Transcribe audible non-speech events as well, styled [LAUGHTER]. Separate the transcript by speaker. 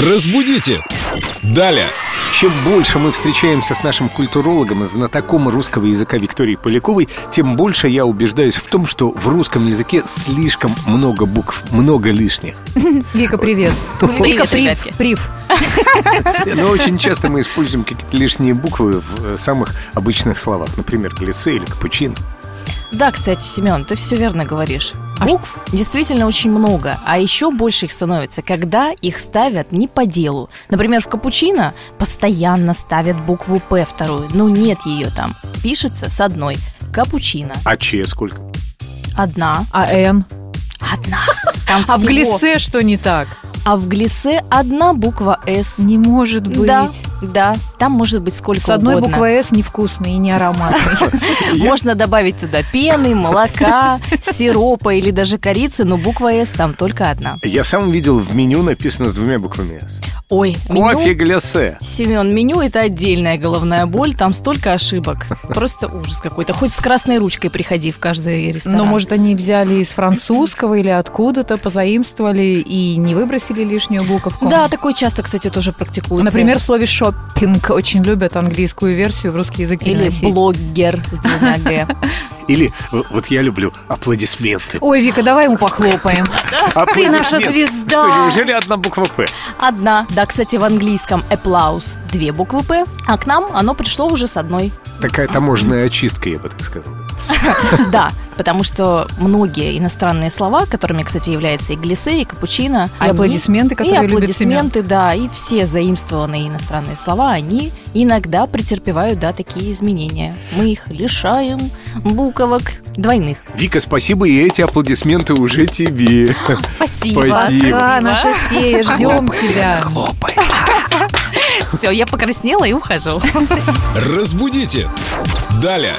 Speaker 1: Разбудите! Далее!
Speaker 2: Чем больше мы встречаемся с нашим культурологом и знатоком русского языка Викторией Поляковой, тем больше я убеждаюсь в том, что в русском языке слишком много букв, много лишних.
Speaker 3: Вика, привет.
Speaker 4: Привет,
Speaker 3: Вика, прив,
Speaker 4: ребятки.
Speaker 3: прив.
Speaker 2: Но очень часто мы используем какие-то лишние буквы в э, самых обычных словах. Например, глице или капучин.
Speaker 4: Да, кстати, Семен, ты все верно говоришь.
Speaker 3: А
Speaker 4: Букв действительно очень много, а еще больше их становится, когда их ставят не по делу. Например, в капучино постоянно ставят букву «П» вторую, но нет ее там. Пишется с одной. Капучино.
Speaker 2: А че сколько?
Speaker 4: Одна.
Speaker 3: А Н? [LAUGHS]
Speaker 4: Одна. Там
Speaker 3: А в
Speaker 4: всего.
Speaker 3: глисе что не так?
Speaker 4: А в глисе одна буква «С».
Speaker 3: Не может быть.
Speaker 4: Да, да, там может быть сколько
Speaker 3: С одной
Speaker 4: угодно.
Speaker 3: буквой «Э». «С» невкусный и не ароматный.
Speaker 4: [LAUGHS] Можно добавить туда пены,
Speaker 3: [LAUGHS]
Speaker 4: молока, сиропа или даже корицы, но буква «С» там только одна.
Speaker 2: Я сам видел в меню написано с двумя буквами «с».
Speaker 4: Ой,
Speaker 2: Кофе
Speaker 4: меню...
Speaker 2: глясе.
Speaker 4: Семен, меню это отдельная головная боль, там столько ошибок. Просто ужас какой-то. Хоть с красной ручкой приходи в каждый ресторан.
Speaker 3: Но, Ну, может, они взяли из французского или откуда-то, позаимствовали и не выбросили лишнюю буковку? А,
Speaker 4: Да, такое часто, кстати, тоже практикуется.
Speaker 3: Например, в слове шоппинг очень любят английскую версию в русский язык
Speaker 4: или
Speaker 3: переносить.
Speaker 4: блогер с двумя
Speaker 3: [LAUGHS]
Speaker 4: «г».
Speaker 2: Или э, вот я люблю аплодисменты.
Speaker 3: Ой, Вика, давай ему похлопаем.
Speaker 2: Ты
Speaker 3: наша звезда.
Speaker 2: Что, неужели одна буква «П»?
Speaker 4: Одна. Да, кстати, в английском «applause» две буквы «п», а к нам оно пришло уже с одной.
Speaker 2: Такая таможенная очистка, я бы так сказал.
Speaker 4: [LAUGHS] Да, потому что многие иностранные слова, которыми, кстати, являются и глисе, и капучино,
Speaker 3: И аплодисменты, которые
Speaker 4: и
Speaker 3: любит Семен.
Speaker 4: аплодисменты, да, и все заимствованные иностранные слова, они иногда претерпевают, да, такие изменения. Мы их лишаем буковок двойных.
Speaker 2: Вика, спасибо, и эти аплодисменты уже тебе.
Speaker 4: Спасибо.
Speaker 2: Спасибо.
Speaker 3: Да, наша фея, ждем
Speaker 2: Хлопай,
Speaker 3: тебя.
Speaker 2: хлопай.
Speaker 4: Все, я покраснела и ухожу.
Speaker 1: Разбудите! Далее!